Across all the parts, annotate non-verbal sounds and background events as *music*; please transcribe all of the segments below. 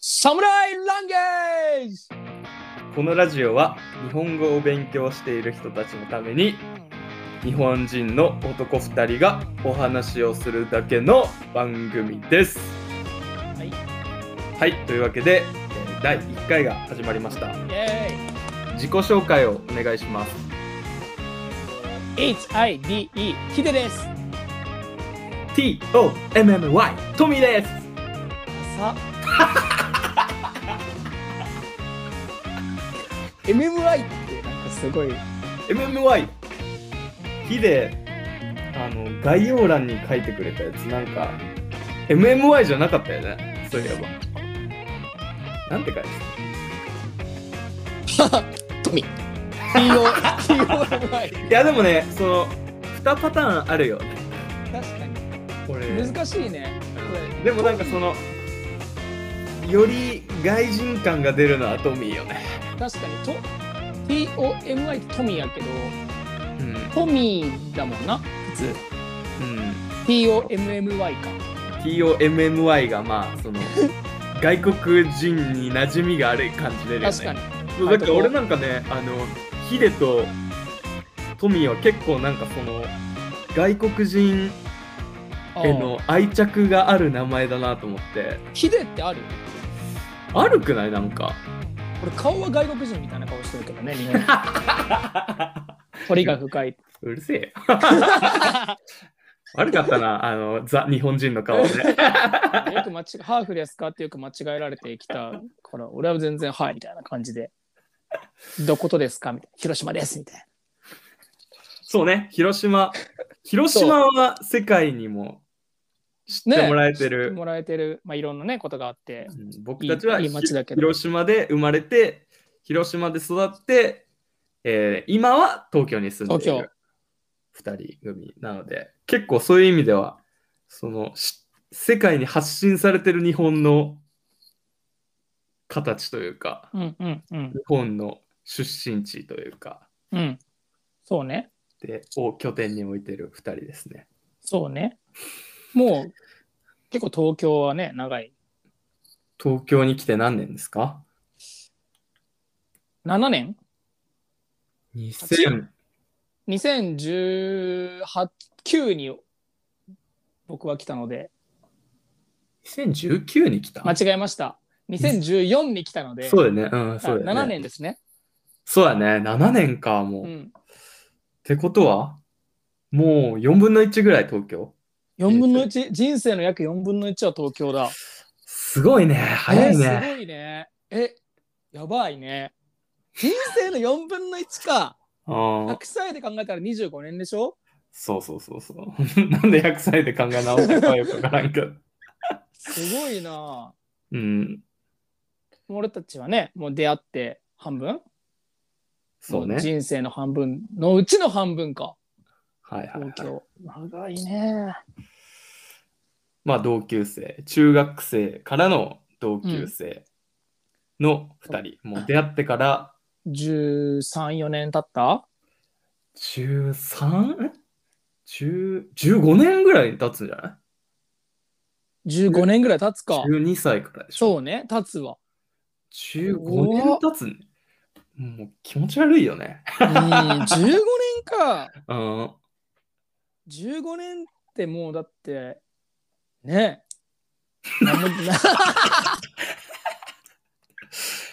サムライランゲージこのラジオは日本語を勉強している人たちのために日本人の男2人がお話をするだけの番組です。はい、はい、というわけでえー第1回が始まりました。イェ自己紹介をお願いします。ーイ !HIDE、ヒデです T-O-M-M-Y、トミです。さ MMI ってなんかすごい MMY。ヒデ、あの、概要欄に書いてくれたやつ、なんか、MMY じゃなかったよね。そういえば。なんて書いてたトミ TOMI いやでもねその2パターンあるよ確かにこれ難しいねこでもなんかそのより外人感が出るのはトミーよねれ確かにと TOMI ってトミやけどうん、トミだもんな普通うん、 TOMMY か TOMMY がまあそ *laughs* の外国人に馴染みがある感じ出るよね確かにそうだから俺なんかねあのヒデとトミーは結構なんかその外国人あへーの愛着がある名前だなと思ってヒデってあるあるくないなんか俺顔は外国人みたいな顔してるけどね日本彫りが深いうるせえよ。 *laughs* 悪かったな、あの、ザ・日本人の顔ね。よく間違ハーフですかってよく間違えられてきたから俺は全然はいみたいな感じでどことですかみたいな広島ですみたい *laughs* そうね、広島。広島は世界にも知っなてねもらえて知っる。もらえてる、まあ、いろんなねことがあってうん僕たちはいいいいひ街だけど広島で生まれて、広島で育って、えー今は東京に住んでい東る2人組なので、結構そういう意味では、その、し世界に発信されてる日本の形というか、うんうんうん日本の出身地というかうんそうねでを拠点に置いてる2人ですね。そうねもう結構東京はね長い東京に来て何年ですか7年 ?2000 2018 9に僕は来たので2019に来た間違えました2014に来たのでそうだよね。うん、そうだよね。 7年ですね、そうだね。7年か、もう。うっん、てことは、もう4分の1ぐらい東京4分の1人生の約4分の1は東京だすごいね。早いえーね。すごいねえやばいね人生の4分の1か *laughs* うん100歳で考えたら25年でしょそうそうそうそう。 *laughs* なんで100歳で考え直したかよくわからんけど。すごいなうん。俺たちはねもう出会って半分そうもうね。人生の半分のうちの半分かはいはい、はい東。京長いねまあ同級生中学生からの同級生の2人、もう出会ってから134年経った1 3 1 5年ぐらい経つんじゃない15年ぐらい経つか ?12 歳からでしょそうね経つわ15年経つねもう気持ち悪いよねうん15年かうん15年ってもうだってねえなんもな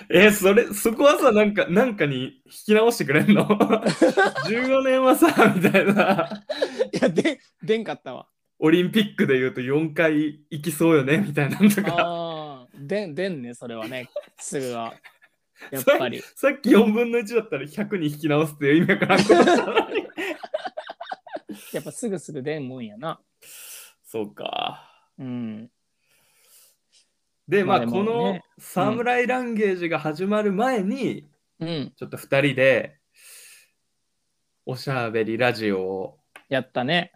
えそれそこはさなんかなんかに引き直してくれん *laughs* の15年はさみたいないやで出んかったわオリンピックで言うと4回行きそうよねみたいなのとかあーでんでんねそれはねすぐはやっぱりさっき4分の1だったら100に引き直すっていう意味わからんことだったの *laughs* にやっぱすぐすぐ出んもんやなそうか。うんで、まあ、まあでこもねのサムライランゲージが始まる前に、うんちょっと2人で、おしゃべりラジオをやったね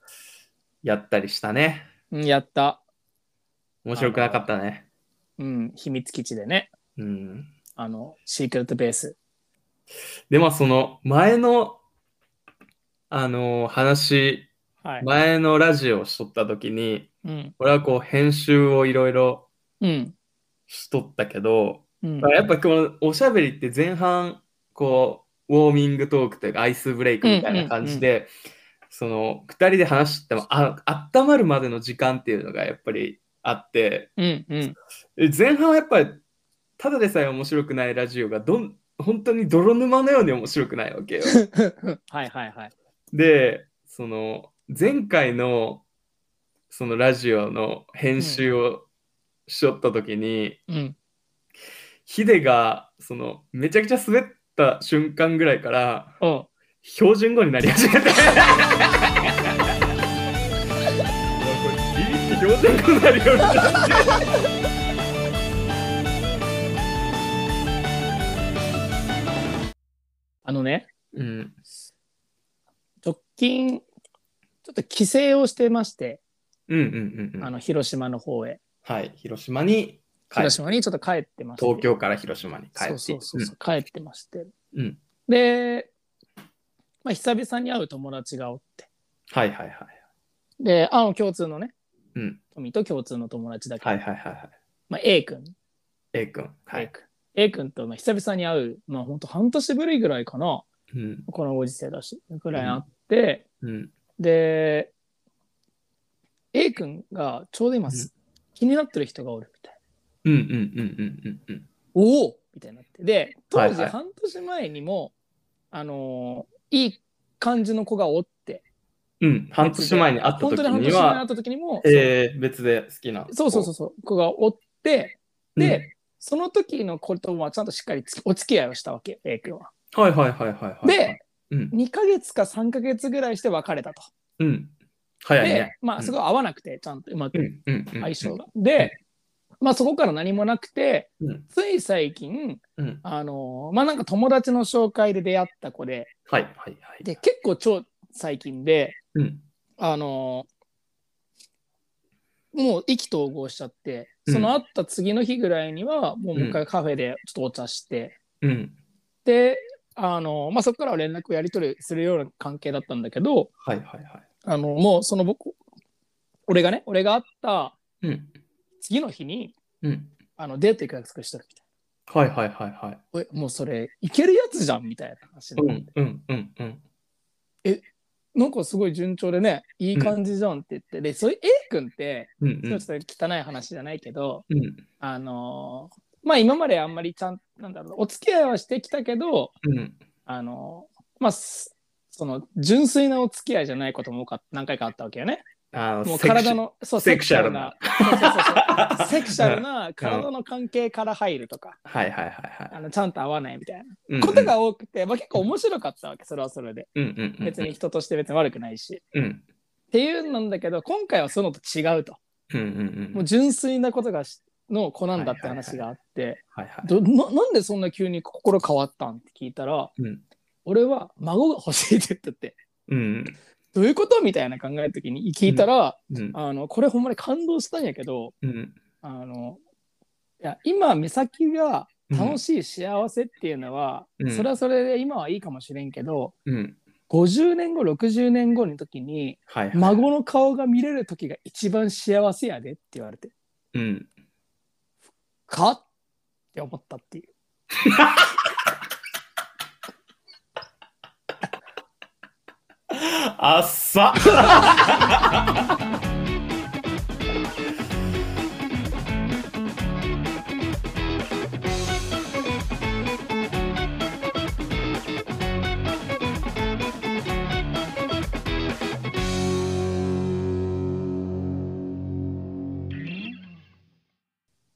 やったりしたね。うんやった面白くなかったね。うん秘密基地でねうん。あのシークレットベースで、まあ、その前の、あの話、はい前のラジオをしとった時に、うん俺はこう、編集をいろいろうんしとったけど、うんまあやっぱこのおしゃべりって前半、こう、ウォーミングトークというかアイスブレイクみたいな感じで、その、二人で話しても、あ、温まるまでの時間っていうのがやっぱりあって、うん *laughs* うんえ前半はやっぱり、ただでさえ面白くないラジオが、どん、本当に泥沼のように面白くない *laughs* わけよ。はいはいはい。で、その、前回の、そのラジオの編集をしよった時に、うんヒデが、その、めちゃくちゃ滑った瞬間ぐらいから、うん。標準語になり始めて。これビビって標準語になるようになってあのね、うん。直近、ちょっと帰省をしてまして、うんうんうんうあん。の、広島の方へ、はい。広島に帰って広、島にちょっと帰ってまして。東京から広島に帰って。そうそうそうそう、帰ってまして。うん。うんで、まあ、久々に会う友達がおって、はいはいはい。で、あの共通のね、うん。富と共通の友達だけど、はいはいはいはい。まあ、A 君、 A 君。は A い。君。A 君とまあ久々に会う、まあ本当半年ぶりぐらいかな、うん。このご時世だし、ぐらい会って、うん。で、A 君がちょうど今、うん気になってる人がおるみたいな。うんうんうんうんうんうん。おおみたいになって。で、当はい時はい半年前にも、あのーいい感じの子がおって、うん。半年前に会った本時当に半に年前に会はっ、た時にも、えー、別で好きな。そうそうそうそう、子がおって、うんで、その時の子とはちゃんとしっかりつお付き合いをしたわけ、A 君は。はいはいはいはいはい。で、うん。 2ヶ月か3ヶ月ぐらいして別れたと。うん。早いでね。、まあ、すごい合わなくて、ちゃんとうまうくんうんうん。相性が。で、まあ、そこから何もなくて、うんつい最近、うん。あのーまあ、なんか友達の紹介で出会った子で、はいはいはい。で、結構超最近で、うん。あのーもう意気投合しちゃって、うんその会った次の日ぐらいには、もうもう一回カフェでちょっとお茶して、うん。で、あのーまあ、そこからは連絡やり取りするような関係だったんだけど、はいはいはあのもうその僕、俺がね、俺が会ったい。うん。次の日に、うん。あのデート行く約束してるみたいはいはいはいはい。な。え、もうそれ、いけるやつじゃんみたいな話で、うんうんうんうん。なんかすごい順調でね、いい感じじゃんって言って、で、そういう A 君って、うんちうょんっ。と汚い話じゃないけど、うんあのーまあ今まであんまりちゃんなんだろうお付き合いはしてきたけどうん。あのーまあすその純粋なお付き合いじゃないことも多かっ何回かあったわけよね。あもうの、セクシ体のそうセクシャルなセクシャルなそうそうそうそうセクシャル *laughs* な体の関係から入るとかはいはいはいはあのちゃんと合わないみたいないうことが多くて、まあ、結構面白かったわけそれはそれでんうんうんうん別に人として別に悪くないし。うんっていうんなんだけど今回はそのと違うとうんうんうもうん純粋なことがしの子なんだって話があって。はいはいどななんでそんな急に心変わったんって聞いたらうん俺は孫が欲しいって言っててうんどういうことみたいな考えた時に聞いたら、うんあのこれほんまに感動したんやけどうんあのいや今目先が楽しい幸せっていうのは、うんそれはそれで今はいいかもしれんけどうん50年後60年後の時にはいはい孫の顔が見れる時が一番幸せやでって言われてうんかって思ったっていう。あっさ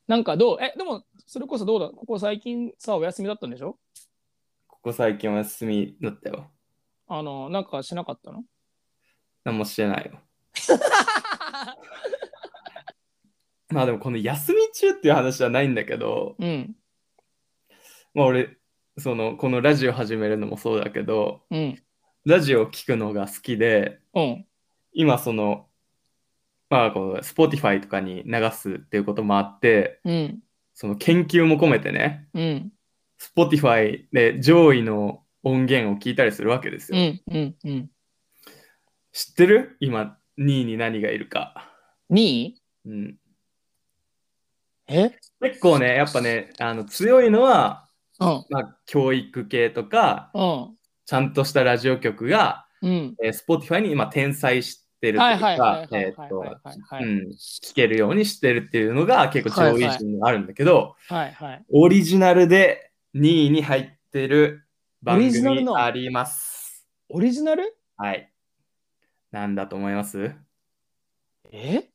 なんかどうえでもそれこそどうだここ最近さお休みだったんでしょここ最近お休みだったよあのなんかしなかった *laughs* の何もしてないよまあでもこの休み中っていう話じゃないんだけどうんまあ俺そのこのラジオ始めるのもそうだけどうんラジオを聞くのが好きでうん今そのまあこの Spotify とかに流すっていうこともあってうんその研究も込めてねうん Spotify で上位の音源を聞いたりするわけですうよ、んうんうん知ってる今2位に何がいるか2位うんえ結構ね、やっぱね、あの強いのは、うん。まあ、教育系とか、うん。ちゃんとしたラジオ局が、うん。えー、Spotify に今、転載してるとはいいうはいはかい、はいえーはっいと、はいはうい。ん、聞けるようにしてるっていうのが結構上位陣にあるんだけど、はいはい。オリジナルで2位に入ってる番オリジナル組のあります。オリジナルはい。なんだと思いますえ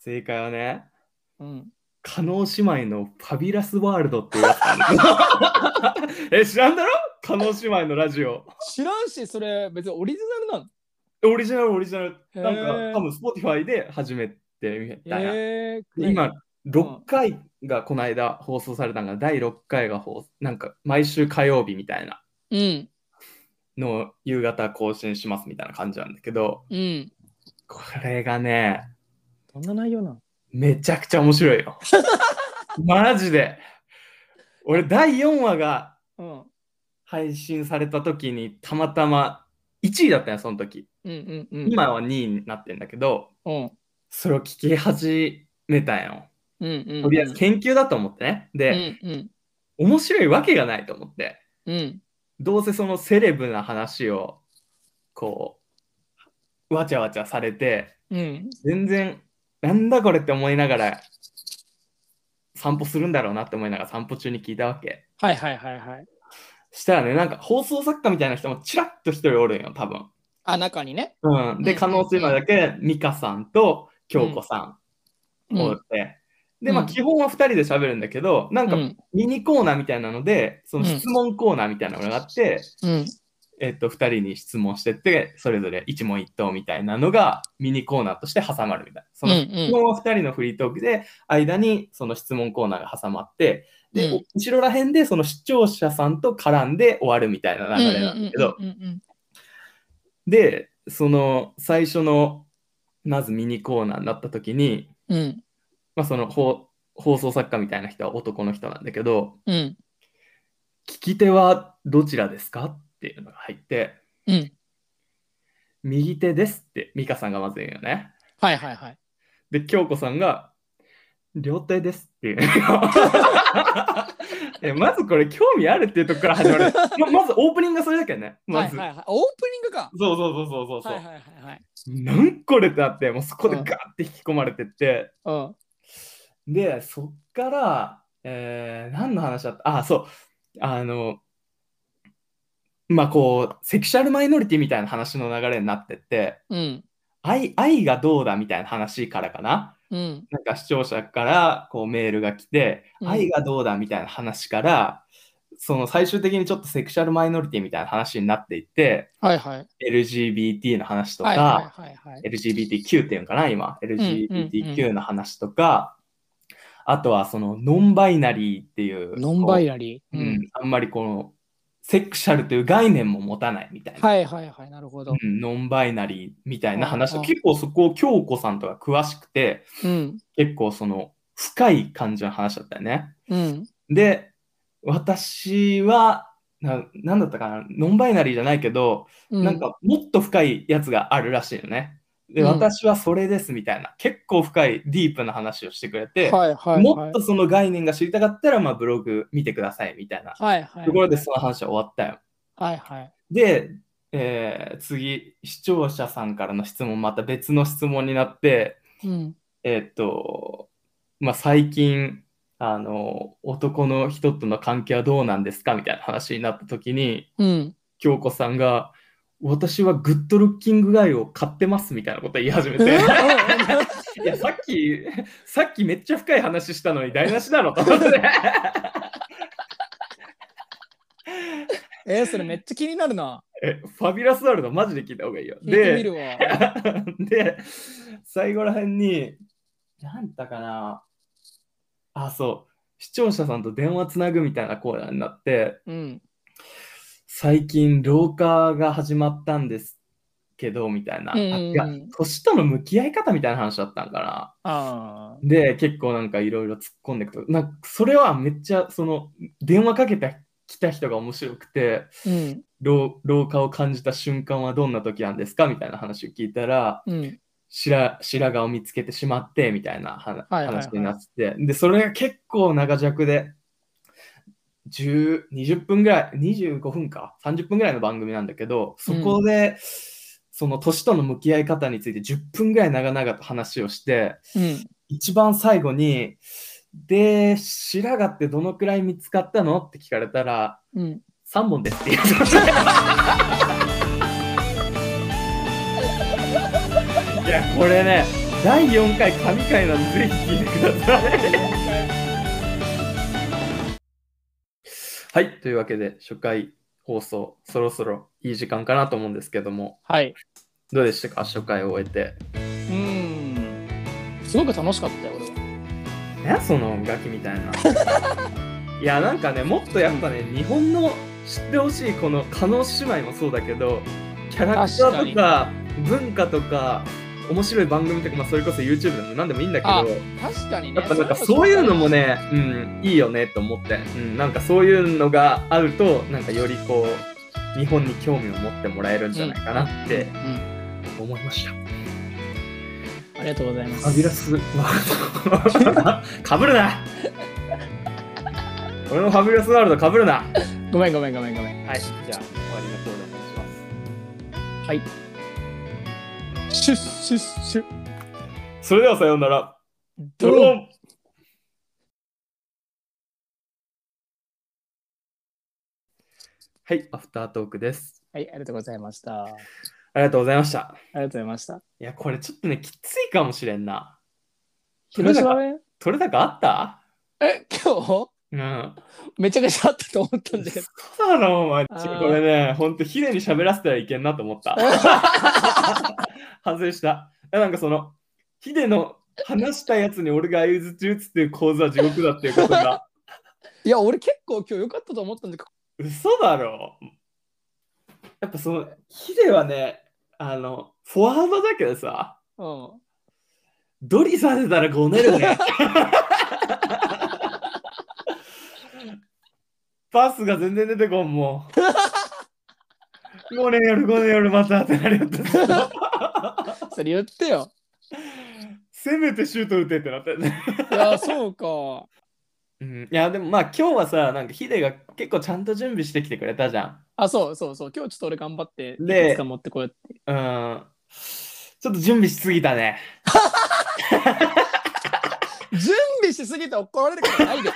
正解はね、うん。加納姉妹のファビュラスワールドっていうやつなんです *laughs* え、知らんだろ加納姉妹のラジオ。知らんし、それ別にオリジナルなのオリジナル、オリジナル。へーなんか、多分 Spotify で始めてみたいな。えー、で今、6回がこの間放送されたんが、第6回が放送、なんか、毎週火曜日みたいな。うん。の夕方更新しますみたいな感じなんだけど、うん。これがね、どんな内容なのめちゃくちゃ面白いよ。 *laughs* マジで。俺、第4話がうん。配信された時に、たまたま1位だったよ、その時。うんうんうん。今は2位になってんだけど、うん。それを聞き始めたんよ。うんうんうん。とりあえず研究だと思ってね。うで、んうん面白いわけがないと思って。うん。どうせそのセレブな話を、こう、わちゃわちゃされて、うん。全然なんだこれって思いながら散歩するんだろうなって思いながら散歩中に聞いたわけはいはいはいはい。したらねなんか放送作家みたいな人もちらっと一人おるんよ多分、あ、中にね。うん、でうん可能性まだけ美香さんと京子さうんおっん。て、でまあうん基本は2人で喋るんだけどなんうかん。ミニコーナーみたいなのでその質問コーナーみたいなのがあって、うん。えっと2人に質問してってそれぞれ一問一答みたいなのがミニコーナーとして挟まるみたいなその質問は2人のフリートークで、間にその質問コーナーが挟まって、で、うん後ろら辺でその視聴者さんと絡んで終わるみたいな流れなんだけど、うんうんうんで、その最初の、まずミニコーナーになった時に、うんうん。まあその放放送作家みたいな人は男の人なんだけど、うん。聞き手はどちらですかっていうのが入って、うん。右手ですって美香さんがまず言うよね。はいはいはい。で、京子さんが、両手ですっていう *laughs* え。まずこれ、興味あるっていうとこから始ま *laughs* る。ままずオープニングがそれだけどね。はまいず。はいはい。オープニングか。そうそうそうそうそうそう。はいはいはいはい。なんこれってなって、もうそこでガーって引き込まれてって。うん。で、そっから、えー、何の話だったあ、そう。あの、まあこう、セクシャルマイノリティみたいな話の流れになってって、うん。愛愛がどうだみたいな話からかな。うん。なんか視聴者からこうメールが来て、うん愛がどうだみたいな話から、その最終的にちょっとセクシャルマイノリティみたいな話になっていって、はいはい。 LGBT の話とか、はいはいはいはい。 LGBTQ っていうのかな、今。うんうん LGBTQ の話とか、あとはそのノンバイナリーっていう、ノンバイナナリリー。ー、うん。あんまりこの、セクシャルという概念も持たないみたいな。はいはいはい。なるほど。うんノンバイナリーみたいな話うんうん結構そこを京子さんとか詳しくて、うん。結構その深い感じの話だったよね。うん。で、私は、ななんだったかな、ノンバイナリーじゃないけど、うなん、かもっと深いやつがあるらしいよね。で、うん私はそれですみたいな、結構深いディープな話をしてくれて、はいはいもはっいと。その概念が知りたかったら、まあ、ブログ見てくださいみたいなはいはい。ところでその話は終わったよ。はいはい。で、えー次、視聴者さんからの質問、また別の質問になって、うん。えっと、まあ、最近、あの、男の人との関係はどうなんですかみたいな話になった時に、うん。京子さんが、私はグッドルッキングガイを買ってますみたいなことを言い始めて、 *laughs* いや、さっき、さっきめっちゃ深い話したのに台無しだろと思 *laughs* って。えー、それめっちゃ気になるな。えファビュラスワールドマジで聞いた方がいいよ。聞いてみで、るわ。 *laughs* で、最後らへんに、なんだかな。あ、そう。視聴者さんと電話つなぐみたいなコーナーになって、うん。最近老化が始まったんですけど、みたいな。あうんうんうんいや年との向き合い方みたいな話だったんかな。ああ。で、結構なんかいろいろ突っ込んでいくと、なんかそれはめっちゃ、その、電話かけてきた人が面白くて、うん。老老化を感じた瞬間はどんな時なんですかみたいな話を聞いたら、うん。白白髪を見つけてしまってみたいな話はいはいはい話になって、でそれが結構長尺で10 20分ぐらい25分か30分ぐらいの番組なんだけどそこで、その年との向き合い方について10分ぐらい長々と話をしてうん。一番最後にで白髪ってどのくらい見つかったのって聞かれたらうん。 3本ですって言ういやこれね第4回神回なんでぜひ聞いてくださいはいというわけで初回放送そろそろいい時間かなと思うんですけどもはい。どうでしたか初回を終えてうん。すごく楽しかったよ、俺は。ねそのガキみたいないやなんかねもっとやっぱね日本の知ってほしいこの叶姉妹もそうだけどキャラクターとか文化とか面白い番組とか、まあ、それこそ YouTube でも何でもいいんだけあど確かにね。やっぱなんかそういうのもね、うん、いいよねと思って、うん、なんかそういうのがあるとなんかよりこう日本に興味を持ってもらえるんじゃないかなってうん。思いました。ありがとうございます。ファビュラスワールド。 *laughs* かぶるな俺のファビュラスワールドかぶるなはい、ごめんごめんごめんごめん。じゃあ終わりのコーナーお願いしまはい。シュッシュッシュッ。す。それではさようなら。ドローンンはい、アフタートークです。はい、ありがとうございました。ありありがとうございました。がとうございました。いや、これちょっとね、きついかもしれんな。広島弁取れ高あったえ、今日うん。めちゃくちゃあったと思った *laughs* んだけど。そうだろ、マあジ。ーこれね、ほんと、ヒデに喋らせたらいけんなと思った。反省した。いやなんかその、ヒデの話したやつに俺が相づち打つっていう構図は地獄だっていうことが、いや、俺結構今日良かったと思ったんだけど。嘘だろ。やっぱその、ヒデはね、あの、フォワードだけどさ、うん。ドリさせたらごねるね。パスが全然出てこんもう。ごねるごねるまたってなりよった。それ言ってよ。せめてシュート打てってなったよね。いや、そうか。うん、いやでもまあ今日はさなんかヒデが結構ちゃんと準備してきてくれたじゃあ、そうそうそう。今日ちょっと俺頑張って、でいくつか持ってこようって。んうんちょっと準備しすぎたね準備しすぎて怒られることないで。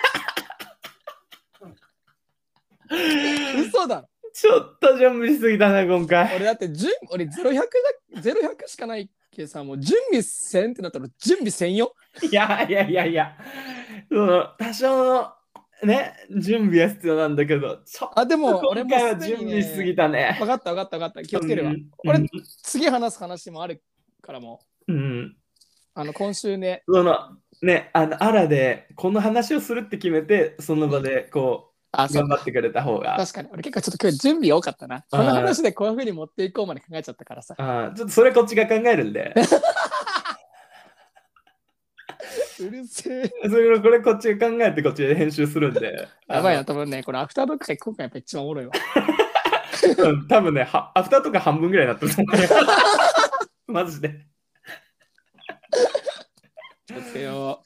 *laughs* 嘘だろ。ちょっと準備しすぎたね今回 *laughs* 俺だって準俺ゼロ百だゼロ百しかないけさもう準備せんってなったら準備せんよ。いやいやいやいやその多少のね準備は必要なんだけどちょっあでもと俺今も回はすで準に備しすぎね。たね分かった分かった分かった気をつけるわう。ん俺次話す話もあるからもうん、うん、うあの今週ねそのねあのアラでこの話をするって決めてその場でこあうそう頑張ってくれた方が確かに俺結構ちょっと今日準備多かったな。この話でこういうふうに持っていこうまで考えちゃったからさ。あーちょっとそれこっちが考えるんでうるせえ。 *laughs* それこれこっちが考えてこっちで編集するんで。 *laughs* やばいあな多分ねこのアフタードックが今回やっぱ一番おも *laughs* ろいわ。の。うん多分ね、はアフターとか半分ぐらいになってると思う。 *laughs* マジで。気をつけよ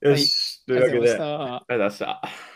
う。よし、ありがとといううございわけまで、しあた。りがとうございました。